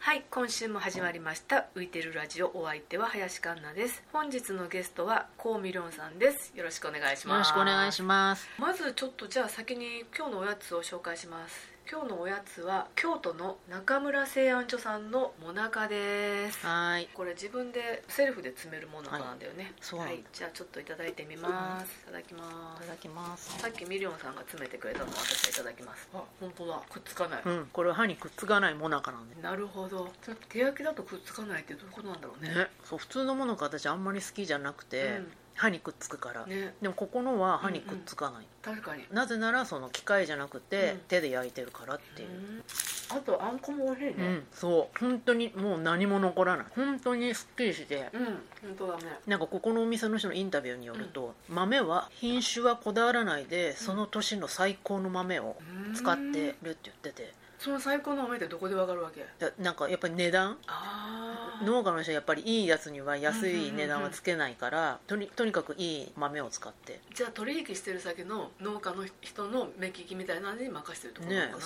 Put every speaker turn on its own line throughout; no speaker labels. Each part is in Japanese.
はい今週も始まりました浮いてるラジオお相手は林環奈です本日のゲストはコウミリョンさんですよろしくお願いします
よろしくお願いします
まずちょっとじゃあ先に今日のおやつを紹介します今日のおやつは京都の中村製庵所さんのもなかです
はい
これ自分でセルフで詰めるものなんだよね、
そうなんだ
じゃあちょっといただいてみますいただきま
いただきます
すさっきミリオンさんが詰めてくれたのを私はいただきますあ本当だくっつかない、
うんこれは歯にくっつかないもなかなんで
なるほどそれ手焼きだとくっつかないってどこなんだろうね
ねそう普通のものが私あんまり好きじゃなくて、歯にくっつくから、
うん、ね
でもここのは歯にくっつかない、
確かに
なぜならその機械じゃなくて、
うん
手で焼いてるからっていう、
うんあとあんこも美味しい
うん
ね
そう本当にもう何も残らない本当にすっきりして
うん、本当だね
なんかここのお店の人のインタビューによると、豆は品種はこだわらないでその年の最高の豆を使ってるって言ってて、
その最高のお目ってどこでわかるわけ
だなんかやっぱり値段
ああ
農家の人はやっぱりいいやつには安い値段はつけないから、とにとにかくいい豆を使って
じゃあ取引してる先の農家の人の目利きみたいなのに任せてるところなのか
ね
な、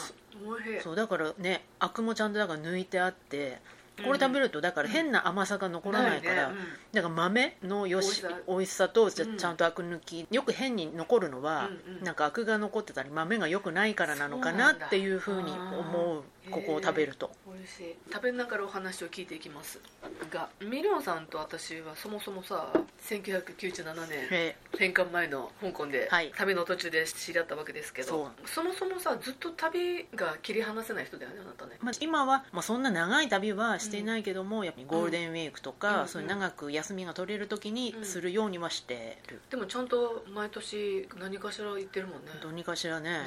美味しい
そうだからねアクもちゃんとだから抜いてあってこれ食べ
る
るとだから変な甘さが残らないから、
ね
だから豆のよし
美味しさ
美味しさとじゃ
うん
ちゃんとアク抜き、よく変に残るのは、
うんうん
なんかアクが残ってたり豆が良くないからなのか
そうな
なん
だ
っていうふうに思
あ
う
ー
ここを食べると、
うん美味しい食べながらお話を聞いていきますがミリオンさんと私はそもそもさ1997年
え
返還前の香港で、
はい
旅の途中で知り合ったわけですけどそもそもさずっと旅が切り離せない人だよねあなたね
まあ、今は、まあ、そんな長い旅はしていないけども、やっぱりゴールデンウィークと
うん
か、
うん
そういう長く休みが取れる時に
うん
するようにはしてる、
でもちゃんと毎年何かしら行ってるもんね
どうにかしらね
ね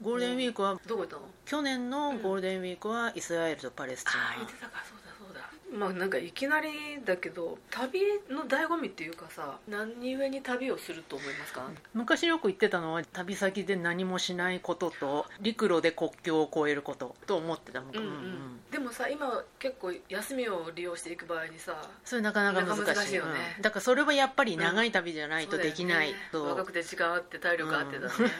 ゴールデンウィークは、
どこ行ったの
去年のゴールデンウィークはイスラエルとパレスチ
ああ言
ナ
って、たかそうだそうだまあなんかいきなりだけど旅の醍醐味っていうかさ何故に旅をすると思いますか、
昔よく言ってたのは旅先で何もしないことと陸路で国境を越えることと思ってたもん、
うんう
うんうん
んでもさ今結構休みを利用していく場合にさ
それなかなか難し
なか
い
なか難しいよね
うんだからそれはやっぱり長い旅じゃない
そ
と
うだよ
で
ね
きない、そう
若くて時間あって体力あってだね、
うん
うん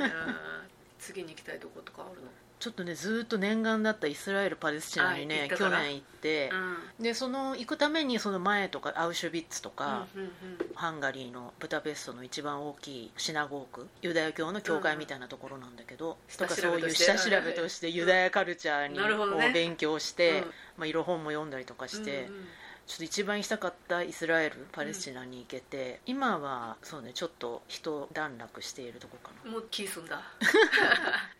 次に行きたいとことかあるの
ちょっとねずーっと念願だったイスラエルパレスチ
あ
ナに
行っ
ね
たか
去
ら
年行って、
うん
でその行くためにその前とかアウシュビッツとか、
うんうんうん
ハンガリーのブダペストの一番大きいシナゴークユダヤ教の教会みたいなところなんだけど、
うん
とかそういう
下
下
調
調
べ
べ
と
としてユダヤカルチャーに
なるほど
を
ね
勉強して、
うん
まあ、色本も読んだりとかして、
うんうん
ちょっと一番行きたかったイスラエルパレスチナに行けて、今はそうねちょっと人段落しているとこか
もう気済んだ
な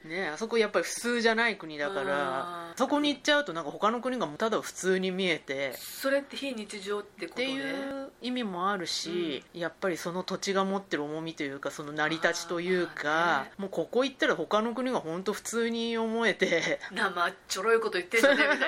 ねえあそこやっぱり普通じゃない国だから。
あー
そこに行っちゃうとなんか他の国がただ普通に見えて
それって非日常ってこ
っ
とね
ていう意味もあるし、やっぱりその土地が持ってる重みというかその成り立ちという
あー
か
ね、
もうここ行ったら他の国が本当普通に思えて、
なまあちょろいこと言ってんじゃねみたいな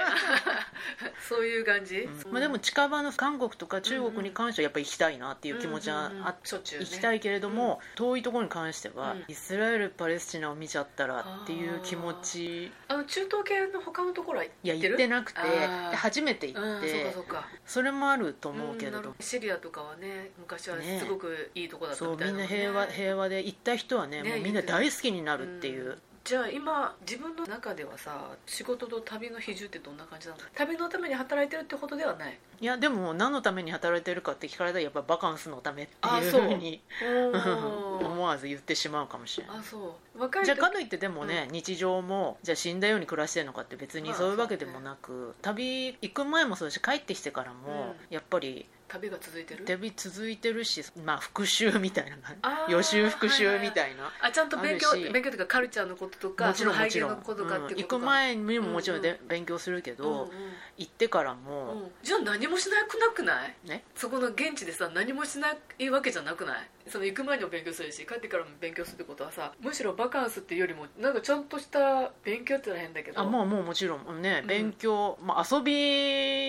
そう いう感じ、
うんまあ、でも近場の韓国とか中国に関してはやっぱり行きたいなって
て
いう気持ちはあって。
しょっちゅうね
行きたいけれども、遠いところに関しては、
うん
イスラエルパレスチナを見ちゃったらっていう気持ち
あの中東系の他のところは行
いや
って
行
る
ってなくて
あー
で初めて行
うん
っ
そう
て、
かそうか
それもあると思うけれ
んな
ど
るほシリアとかはね昔は
ね
すごくいいとこだった
そう
みた
み
い
ん
なの
な
ね
平和平和で行った人はね
ね
もうみんな大好きになるっていう、
んじゃあ今自分の中ではさ仕事と旅の比重ってどんな感じなの旅のために働いてるってほどでは ない
いやでも何のために働いてるかって聞かれたらやっぱバカンスのためって
あ
いう
そう
ふうに思わず言ってしまうかもしれない
あそう若い
じゃあ
時
かといってでもね、日常もじゃあ死んだように暮らしてるのかって別に
まあ
そういうわけでもなく、旅行く前もそうだし帰ってきてからも、やっぱり
旅が続いてる
旅続いてるしまあ復習みたいな
あー
予習復習みたいな、
あちゃんと勉強
あるし
勉強というかカルチャーのこととか
もちろん
その
も
背景
ちろん、
のこととか
うん
っていう
行
こと
く
か
前にももちろんで、勉強するけ
うん
ど、行ってからも、
うんうんじゃあ何もしなくなくない
ね
そこの現地でさ何もしないわけじゃなくないその行く前にも勉強するし帰ってからも勉強するってことはさむしろバカンスっていうよりもなんかちゃんとした勉強ってのは変だけど
あもうもうもちろんね
うん
勉強、まあ、遊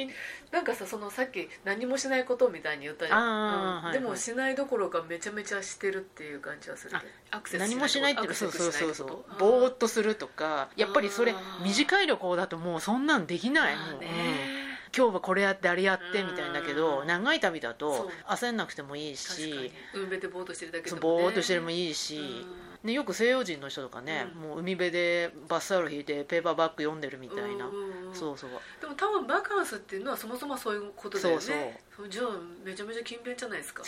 び
なんかさそのさっき何もしないことみたいに言ったじゃん、
あー
うん
はいはい
でもしないどころかめちゃめちゃしてるっていう感じはするけどアクセス
何もしないっていう
ア
か
ク
そ
セス
うそう
しない
そ
っ
う
て
そう
こと
ぼー
あー
っとするとかやっぱりそれ
あー
短い旅行だともうそんなんできないも
まあ
う、
ね
うん今日はこれやってあれやってみたいんだけど、
うん
長い旅だ
そう
と焦んなくてもいい
確かに
し
海辺でぼーっとしてるだけで
そう
も、ね、
ぼーっとしてもいいし、
うん
ね、よく西洋人の人とかね、
うん
もう海辺でバスタオル引いてペーパーバッグ読んでるみ
み
たいな、
そう
そうそう
でも多分バカンスっていうのはそもそもそういうことだよね
そう
じゃあめちゃめちゃ勤勉じゃないですか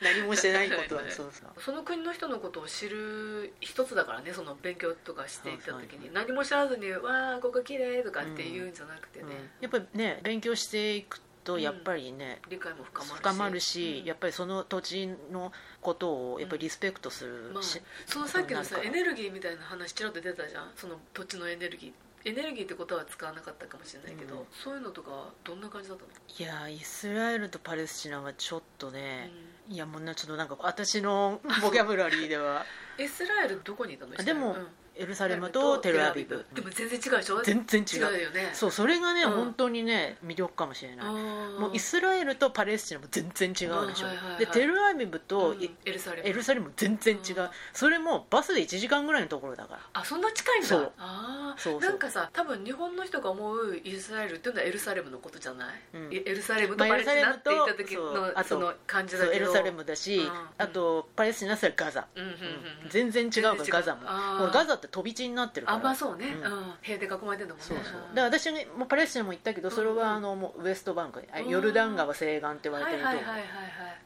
何もしてないことは
はい
そうそう
その国の人のことを知る一つだからねその勉強とかしていった時
はい
に何も知らずに「わあここ綺麗とかって言うんじゃなくてね、
うんやっぱりね勉強していくとやっぱりね、
理解も深まるし
深まるし、
うん
やっぱりその土地のことをやっぱりリスペクトする
まあ
し、、
そのさっきのさ
そう
エ
なるから
ネルギーみたいな話ちらっと出たじゃんその土地のエネルギーエネルギーってことは使わなかったかもしれないけど、
うん
そういうのとかどんな感じだったの、
いやーイスラエルとパレスチナはちょっとね、
う
いやもうなちょっとなんか 私のボキャブラリーでは
んイスラエルどこにいたの
あでも
イスラエルうん
エルサレムとテルアビブ
でも全然違うでしょ
全然違
違
う
うよね
そうそれがね、
うん
本当にね魅力かもしれない、も
も
うイスラエルとパレスチナも全然違うでし
う
ょ、
んはいはいはい
でテルアビブとい、
エルサレム
エルサレムも全然違う、
うん
それもバスで1時間ぐらいのところだから
あそんな近いんだ
そう
あー
そうそう
なんかさ多分日本の人が思うイスラエルっていうのはエルサレムのことじゃない、
うん
エルサレムとパレスチナって言った時の、
まあエルサレムとそうあと
その感じだ
そう
け
エ
ど
ルサレムだし、
うん
あとパレスチナはそれガザ、
うんうんうん
うん全然違うからガザも
あー
もうガザって飛び地になってるから
あまあそうね、
うん
うん塀で囲まれてんだもんね
そうそうだから私ねもうパレスチナも行ったけどそれ
うんう
は
ん
あのもうウエストバンクあ
うん
ヨルダン川西岸って言わ
はい
れ
は
て
い
ると
はいはい
こ
はい
だから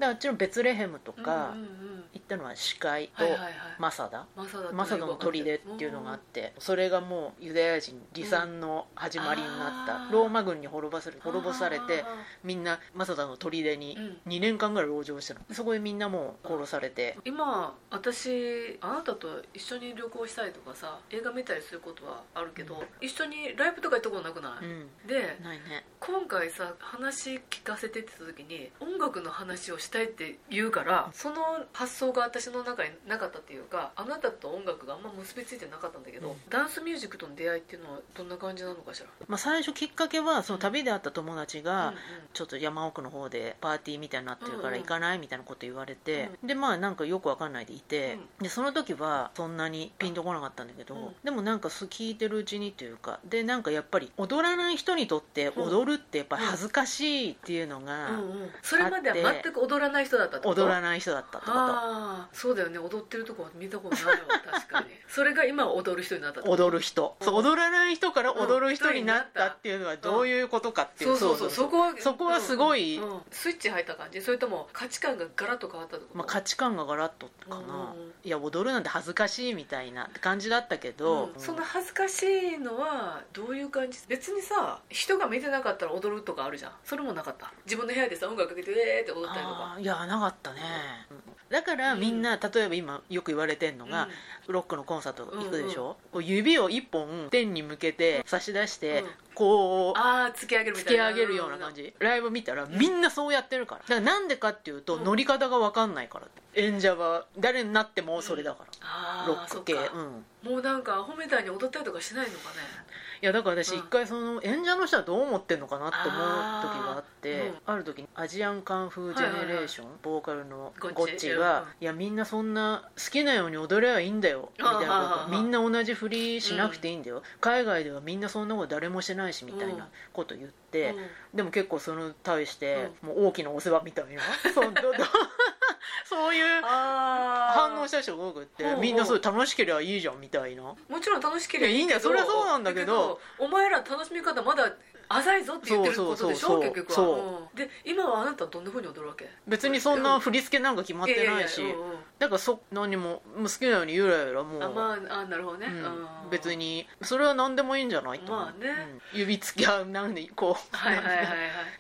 あっちのベツレヘムとか
うんうんうん
行ったのはシカイと
はいはいはい
マサダ
マサダっていうのが
マサダの砦っていうのがあってそれがもうユダヤ人離散の始まりになった、
あー
ローマ軍に滅ぼされ
うん
滅ぼされて
あ
みんなマサダの砦に
うん
2年間ぐらい籠城してたのそこでみんなもう殺されて
ー今私あなたと一緒に旅行したりとかさ映画見たりすることはあるけど、
うん
一緒にライブとか行ったことなくな
う
い、
ん
で
ないね
今回さ話聞かせてって言った時に音楽の話をしたいって言うからその発想が私の中になかったっていうかあなたと音楽があんま結びついてなかったんだけど、
うん
ダンスミュージックとの出会いっていうのはどんな感じなのかしら、
まあ、最初きっかけはその旅で会った友達が、
うんうん
ちょっと山奥の方でパーティーみたいになってるか
うん
ら
うん
行かないみたいなこと言われて、でまあなんかよくわかんないでいて、でその時はそんなにピンとこなかったんだけど、
うん
でもなんかそう聞いてるうちにというかでなんかやっぱり踊らない人にとって踊るってやっぱ恥ずかしいっていうのが
うんうんそれまでは全く踊らない人だったってこと
踊らない人だったってこ
ああそうだよね踊ってるとこは見たこと ないわ確かにそれが今は踊る人になったって
と
こと
踊る人、そう踊らない人から踊る人になった
うん
っていうのはどういうことかっていう、
そうそうそうそこは
そこはすごい
うんうんスイッチ入った感じそれとも価値観がガラッと変わったってこと、
まあ、価値観がガラッとか
う
な、
んうん
いや踊るなんて恥ずかしいみたいな感じだったけど、
うんその恥ずかしいのはどういう感じ別にさ人が見てなかったら踊るとかあるじゃんそれもなかった自分の部屋でさ音楽かけてえーって踊ったりと
あ
か
ーいやなかったね、だからみんな、例えば今よく言われてるのが、ロックのコンサート行くでしょ、こう指を一本天に向けて差し出して、
うん
こ
うん
う
ああ突き上げるみ
突
た
き
いな
上げるような感じライブ見たらみんなそうやってるからだからなんでかっていうと、
うん
乗り方が分かんないから演者は誰になってもそれだから、
あ
ロ
あ
ッ
そ
ク
っ
系
か、
うん
もうなんかアホみたいに踊ったりとかしないのかね
いやだから私
うん
一回その演者の人はどう思ってんのかなって思う時があって
あー
あ,、
うん
る時にアジアンカンフージェネレーション、ボーカルの
ゴッチ
ゴッチ
うん
が「いやみんなそんな好きなように踊ればいいんだよ」みたい
あーはー
な
は
こ
ー
とみんな同じふりしなくていいんだよ、海外ではみんなそんなこと誰もしないしみたいなこと言って、
うん
でも結構その対して、もう大きなお世話みたいなそうど どそういう
あ
反応
あ
した人が多くって
ほうほう
みんなそう楽しければいいじゃんみたいな。
もちろん楽しければ
いやいいんだよ
けど
それはそうなんだけど
お前ら楽しみ方まだ浅いぞって言ってることでしょ
そうそうそうそう
結局は
そ
うんで今はあなたはどんなふうに踊るわけ
別にそんな振り付けなんか決まってないし、
やややうんうん
だからそ何ももう好きなようにゆらゆらもう、
あまああなるほどね、
うん
うん
別にそれは何でもいいんじゃないと思う
まあね
うん指つき合うなんでこう
はいはいはいはい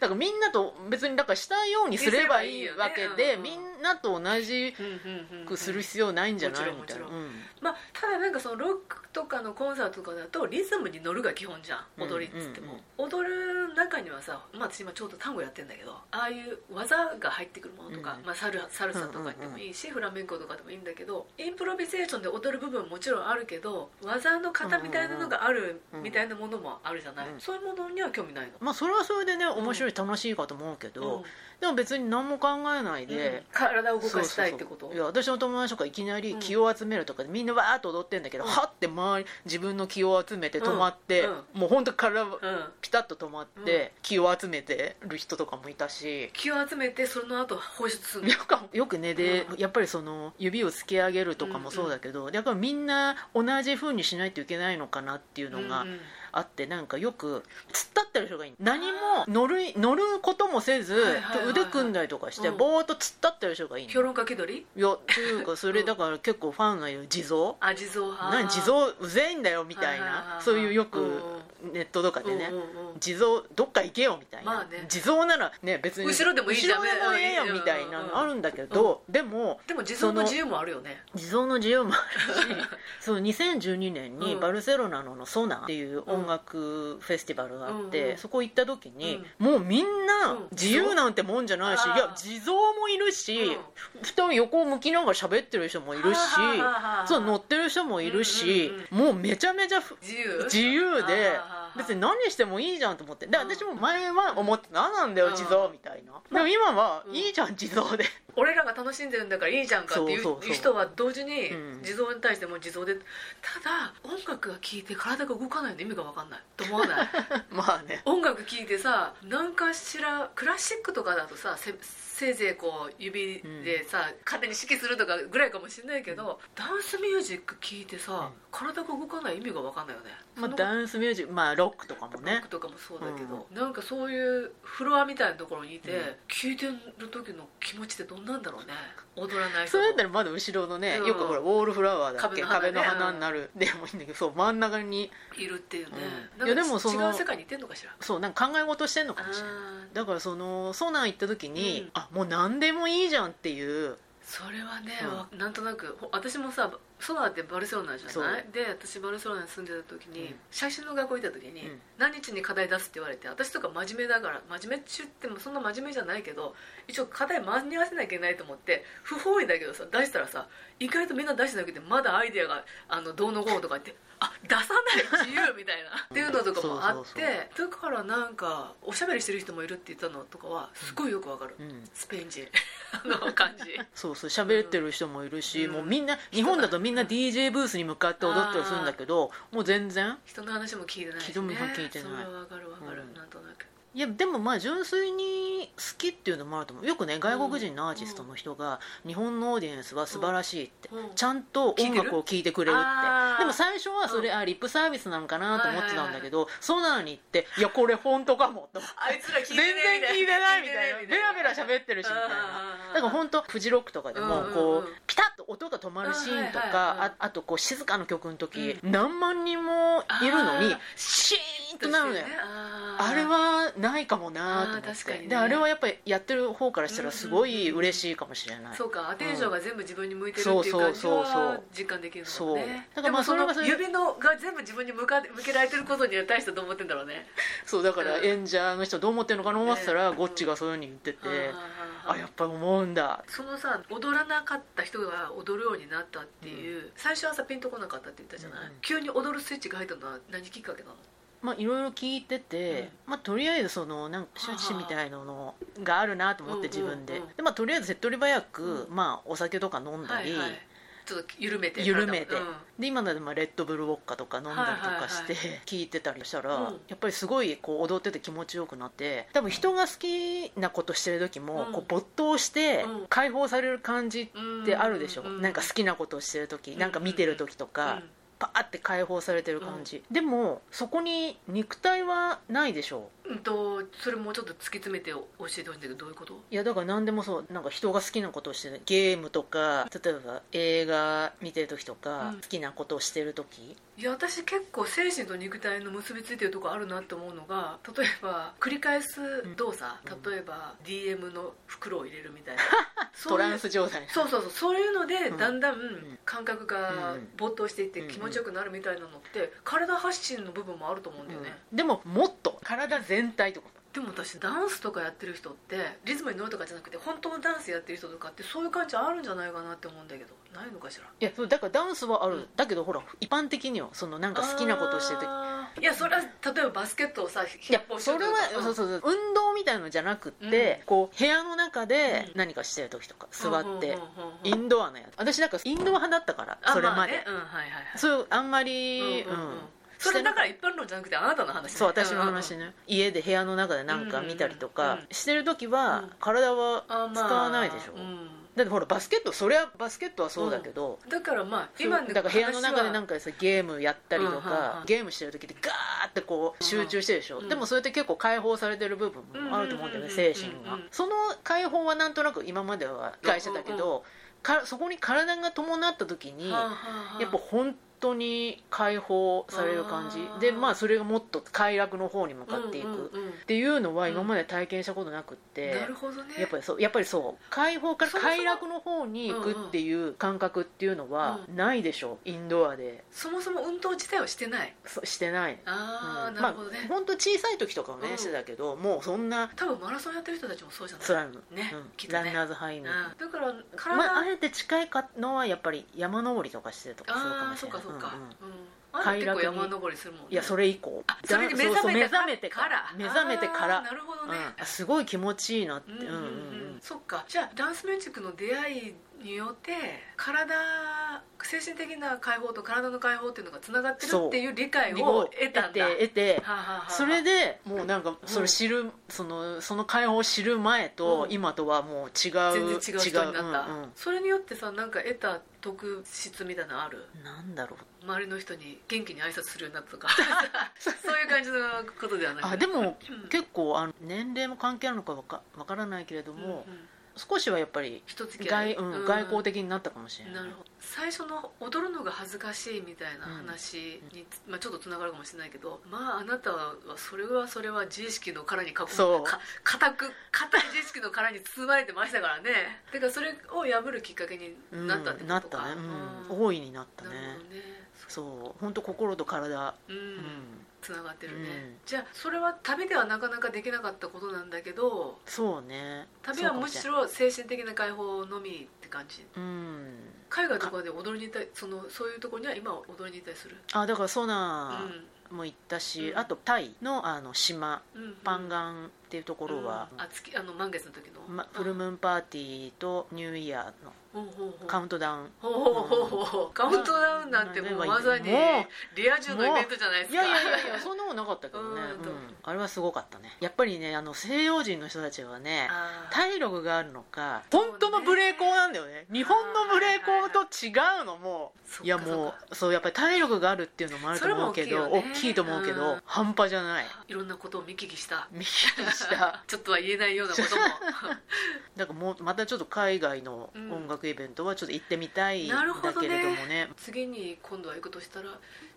だからみん なと別にだからしたいようにすればい
す
い
ればい
わ
いよね
けで、
うん
みんなと同じ
うんうんうんうん
くする必要ないんじゃない
うん
みたいな
も
う
ちろ
ん
まあただなんかそのロックとかのコンサートとかだとリズムに乗るが基本じゃん踊りっつっても、踊る中にはさ、まあ、私今ちょうど単語やってんだけどああいう技が入ってくるものとか、
うん
まあ、サルサルサとかでもいいし、フラメンコとかでもいいんだけどインプロビゼーションで踊る部分ももちろんあるけど技の型みたいなのがある
うんうん
みたいなものもあるじゃない、
うん
そういうものには興味ないの、
まあそれはそれでね面白い楽しいかと思うけど、
うん
でも別に何も考えない
うん
で、
体を動
そう
か
そう
し
そう
たいってこと
いや私の友達とかいきなり気を集めるとかで、みんなわーっと踊ってんだけど、
うん
はって周り自分の気を集めて止まって、
うん
もう本当体
うん
ピタッと止まって、って気を集めてる人とかもいたし、
気を集めてその後放出する
よくよくねで、
うん
やっぱりその指を突き上げるとかもそうだけど、だからみんな同じ風にしないといけないのかなっていうのが
うんうん
あって、なんかよく突っ立ってる人がいい何も乗る乗ることもせず、
はいはいはいはい
腕組んだりとかして、
うん
ぼーっと突っ立ってる人がいいの
評論家気取り
いやというかそ
う
れ
ん
だから結構ファンがいる地蔵
あ地蔵派
何地蔵うぜいんだよみたい
はいはいはい
な
はい
そういうよ
うん
くネットとかでね
うんうんうん
地蔵どっか行けよみたいな、
まあね
地蔵ならね別に
後ろでもいいじゃん
後ろでもええや
うんん
みたいな
うん
のあるんだけど、でも
でも地蔵の自由もあるよね
地蔵の自由もあ るしその2012年に
うん
バルセロナののソナっていう音楽フェスティバルがあって、
うんうん
そこ行った時に、もうみん
う
なん自由なんてもんじゃないし、
あー
いや地蔵もいるし、布団横を向きながら喋ってる人もいるし。そう乗
の
ってる人もいるし
うんうん、
もうめちゃめちゃふ
自由
自由で
あー
別に何してもいいじゃんと思ってで
うん
私も前は思って何なんだ
う
よ
ん
地蔵みたいなでも今は
うん
いいじゃん地 蔵で
俺らが楽しんでるんだからいいじゃんかっていう
そうそうそう
人は同時に
うん
地蔵に対しても地蔵でただ音楽が聴いて体が動かないの意味が分かんないと思わない
まあね
音楽聴いてさ何かしらクラシックとかだとさせせいぜいこう指でさ、勝手に指揮するとかぐらいかもしれないけど、ダンスミュージック聴いてさ、
うん
体が動かない意味が分かんないよね、
ま
そ
あ
の
ダンスミュージックまあロックとかも
ロッ
ね
クとかもそうだけど、なんかそういうフロアみたいなところにいて、
うん
聴いてる時の気持ちってどんなんだろうね踊らない人
そ
も
れだったらまだ後ろのね
うん
よくほらウォールフラワーだっけ
壁
壁
の
の
花ね
花になるでもいいんだけどそう真ん中に
いるっていうね、
うん
なん
いや
か
でもその
違う世界にいてんのかしら
そうなんか考え事してんの
あ
かもしれない
ー
だからそのソナー行った時
う
に
ん
あもう何でもいいじゃんっていう
それはね、
うん
わなんとなくほ私もさソナーってバルセロナじゃ
そう
ないで私バルセロナに住んでた時に、
うん
写真の学校行った時に、
うん
何日に課題出すって言われて私とか真面目だから真面目っちゅってもそんな真面目じゃないけど一応課題間に合わせなきゃいけないと思って不本意だけどさ出したらさ意外とみんな出してなくてまだアイデアがあのどうのこうのとか言ってあ出さない自由みたい なっていうのとかもあって
そうそう
だからなんかおしゃべりしてる人もいるって言ったのとかはすごいよくわかる、
うん
スペイン人 あの感じ
そうそう喋ってる人もいるし、
うん
もうみんな日本だとみんな DJ ブースに向かって踊ったりするんだけどもう全然
人の話も聞いてないし、ね、
人の話聞いてない
それはわかるわかる、
うん
なんとなく
いやでもまあ純粋に好きっていうのもあると思うよくね外国人のアーティストの人が日本のオーディエンスは素晴らしいって、
うん
ちゃんと音楽を聴いてくれるって
聞いてるあー
でも最初はそれ、
う
あリップサービスなのかなと思ってたんだけど、ソナーに行っていやこれ本当かもと思って
あいつら
全然聞いてないみたいな ベラベラ
っ
喋ってるしみたいな。だから
ん
本当フジロックとかでも
うんうんう
こ
ん
うピタッと音が止まるシーンと
あはいはいはい
かああとこう静かな曲の時何万人もいるのに
あー
シーンとなるのよ
あー
あれはないかもなと思
あー
っ
確かに
て
ね
であれはやっぱりやってる方からしたらすご
うんうん
い
うんうん
嬉しいかもしれない
そうかアテンションが全部自分に向いてるっていう感じ
そうそうそう
は
そう
実感できるのね
そうだからまあ
でも
それはそれ
指のが全部自分に向か向けられてることには対してどう思ってんだろうね
そうだから
うん
演者の人どう思ってるのかなと思ってたら
ね
ゴッチがそういうふうに言ってて
あー
あやっぱ思うんだ
そのさ踊らなかった人が踊るようになったっていう、最初はさピンとこなかったって言ったじゃない、
うんうん
急に踊るスイッチが入ったのは何きっかけなの
まあいろいろ聞いててまあとりあえずそのなんかシャチみたいなのがあるなと思っ
う
て
んうん
自分で
うん
でまあとりあえず手っ取り早く
う
まあお酒とか飲んだり
ちょっと緩めて
緩めて
うん
で今ならまあレッドブルウォッカとか飲んだりとかして
はい
聞いてたりしたら、
うん
やっぱりすごいこう踊ってて気持ちよくなって多分人が好きなことしてる時も
うん
こう没頭して
うん
解放される感じ
うん
ってあるでしょ、
う
なんか好きなことをしてる時、
ん
なんか見てる時と
う
か、
ん
パーって解放されてる感じ、でもそこに肉体はないでしょ
うんとそれもうちょっと突き詰めて教えてほしいんだけどどういうこと
いやだから何でもそうなんか人が好きなことをしてるゲームとか例えば映画見てる時とか、
うん
好きなことをしてる時
いや私結構精神と肉体の結びついてるとこあるなって思うのが例えば繰り返す動作、
うん
例えば DM の袋を入れるみたいなそうい
ト
う
ランス状態
そうそうそうそういうので
うん
だんだん
ん
感覚が
うん
没頭していって
うん
気持ちよくなるみたいなのって体発信の部分もあると思うんだよね、
うんでももっと体全体とか
でも私ダンスとかやってる人ってリズムに乗るとかじゃなくて本当のダンスやってる人とかってそういう感じあるんじゃないかなって思うんだけどないのかしら
いやそうだからダンスはある、
うん
だけどほら一般的にはそのなんか好きなことをしてて
あーいやそれは例えばバスケットをさ
い
100
や
本シュ
そ
ート
れ
と
は
か
そうそうそう運動みたいのじゃなくって、
う
こう部屋の中で
うん
何かしてる時とか座っ
う
て、
んうんうんうん
インドアのやつ私なんかインドア派だったから
あ
それまで、
あねうんはいはいはい
そうあんまり、
うんうんうん
うん
それだから一般論じゃなくてあなたの話、ね、
そう私の話ね、家で部屋の中でなんか見たりとか、
うんうん
してる時
う
は、
ん
体は
あまあ
使わないでしょ、
うん
だってほらバスケットそりゃバスケットはそうだけど、
だからまあ
そう
今の
だから部屋の中でなんんかさゲームやったりと
うんうん
か、
うん
ゲームしてる時ってガーってこう集中してるでしょ、
うん
でもそれって結構解放されてる部分もあると思うんだよ
う
ね、
んうんうんう
精
ん
神が、
うんうん
その解放はなんとなく今までは理解してたけど、
うん
かそこに体が伴った時に、
はあはあはあ
やっぱ本当に解放される感じでまあそれがもっと快楽の方に向かっていく、
うんうんうん
っていうのは今まで体験したことなくって、
なるほどね
やっぱりそうやっぱりそう解放から
そもそも
快楽の方に行くっていう感覚っていうのは
う
ないでしょインドアで
そもそも運動自体はしてない
そうしてない
ああ、
うん
なるほどね、
まあ、本当小さい時とかはね、
うん
してたけどもうそんな
多分マラソンやってる人たちもそうじゃない
スラム、
ね
うん
きっと
ラ
ね
ンナーズハイ
う
に
ん、だから体、
まあ、あえて近いかのはやっぱり山登りとかしてとかするか
ああ
もし
そ
れ
うか
ない
そうか、
んん
うんあれ結構
快楽に
山登りするもんね
いやそれ以降
あそれで目覚
そうそう
め
目
てか
覚
ら
めてから目覚めてから
あーなるほどね、
うん、すごい気持ちいいなって、
うんうんうん
うんう
う
んうん
ん、そっかじゃあダンスミュージックの出会いによって体精神的な解放と体の解放っていうのがつながってる
そう
っていう理解
を
を得たんだ
得て得て
はあはあはあ
それでもうなんか
ん
それ知る、そのその解放を知る前と
うん
今とはもう違
全
う
然違う人になった、
うんうん
それによってさなんか得た特質みたいなのある
なんだろう
周りの人に元気に挨拶するようにな ったとかそういう感じのことではなく
あでも
うん
結構あの年齢も関係あるのかわかわからないけれど
うんうん
も、少しはやっぱり
人付き合
外,、
い、
うん
うん
外交的になったかもしれない
なるほど最初の踊るのが恥ずかしいみたいな話に、まあ、ちょっとつながるかもしれないけどまああなたはそれはそれは自意識の殻に囲ま
そう
か固く固い自意識の殻に包まれてましたからねだからそれを破るきっかけに
うん
なったって
な
こ
っ
と
た
か、
ね、う、
うんん
大いになった
な
ね
るほどね
そう本当心と体、
うん、
うん
つながってるね、
うん
じゃあそれは旅ではなかなかできなかったことなんだけど
そうね
旅は
そうか
む
しれ
し
ない
ろ精神的な解放のみって感じ
うん
海外とかで踊りに行ったりそのそういうところには今は踊りに行ったりする
あだからソナ
うん
ーも行ったし、
うん
あとタイのあの島
うん
パンガンっていうところは、
うんあ月あの満月の時の、
ま、フルムーンパーティーとニューイヤーの
ほうほうほう
カウントダウン
ほうほうほうほうカウントダウンなんてもうまさに
も
リア充のイベントじゃないです
い
か
やいやいやいやそんなことなかったけどね、
うん
うんあれはすごかったねやっぱりねあの西洋人の人たちはね
あー
体力があるのか
そうね
本当の無礼講なんだよね日本の無礼講と違うのも
そっか
いや
そっ
も
か
うそうやっぱり体力があるっていうのもあると思うけど
それも
大
大きいよね
きいと思うけど、
うん
半端じゃない
いろんなことを見聞きした
見聞き した
ちょっとは言えないようなことも
だからもうまたちょっと海外の
うん
音楽イベントはちょっと行ってみたいんだ
なるほど
け
ね
れどもね
次に今度は行くとしたら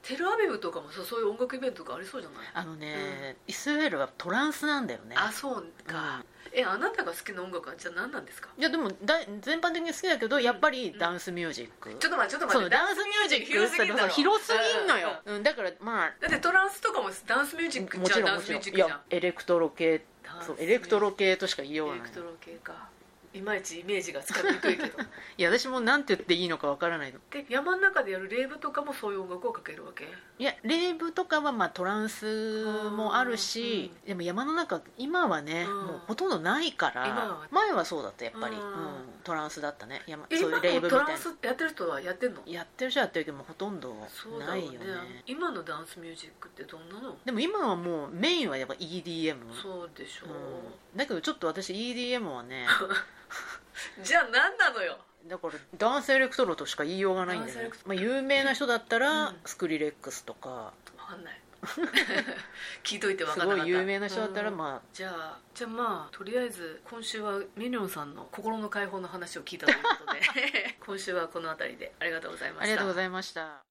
テルアビブとかもさそういう音楽イベントがありそうじゃない
あのね、イスラエルはトランスなんだよね
あそうか、えあなたが好きな音楽はじゃあ何なんですか
いやでもだ全般的に好きだけどやっぱりダンスミュージック、
ちょっと待ってちょっと待
そ
っ
の
て
ダンスミュージック
広すぎんだろ
そう広すぎんのよ
うんうん、
うん、だからまあ
だってトランスとかもダンスミュージック
も
じゃ
ち
あ
ろん
ダ
も
ンス
ち
ミュ
ろ
ー
ん
ジッ
い
クじゃん
やエレクトロ系
ダンス
そう
ミュージック
エレクトロ系としか言いようが
エレ
ない
クトロ系かいまいちイメージがつかみにくい けど
いや私もなんて言っていいのかわからないの
で山の中でやるレーブとかもそういう音楽をかけるわけ
いやレイブとかはまあトランスもあるし、でも山の中今はね、
うん
もうほとんどないから
今は
前はそうだったやっぱり、
うん
うんトランスだったね山
え
そういうレイ
今
ブ
も
み
ト
たいな
ランスってやってる人はやってんの
やってる人はやってるけどもうほとんど
そうだ
な
ろう
い
ね
よね
今のダンスミュージックってどんなの
でも今はもうメインはやっぱ EDM
そうでしょ
うんだけどちょっと私 EDM はね
じゃあ何なのよ
だからダンスエレクトロとしか言いようがないんだよ
ダンスエ
ね
レク、ト
まあ、有名な人だったら、
うん
スクリレックスとか
わかんない 聞いといてわ
す
かんな
ご
かった
い有名な人だったら、
うん
まあ
じゃあじゃあまあとりあえず今週はミニョンさんの心 の解放の話を聞いたということで今週はこの辺りでありがとうございました
ありがとうございました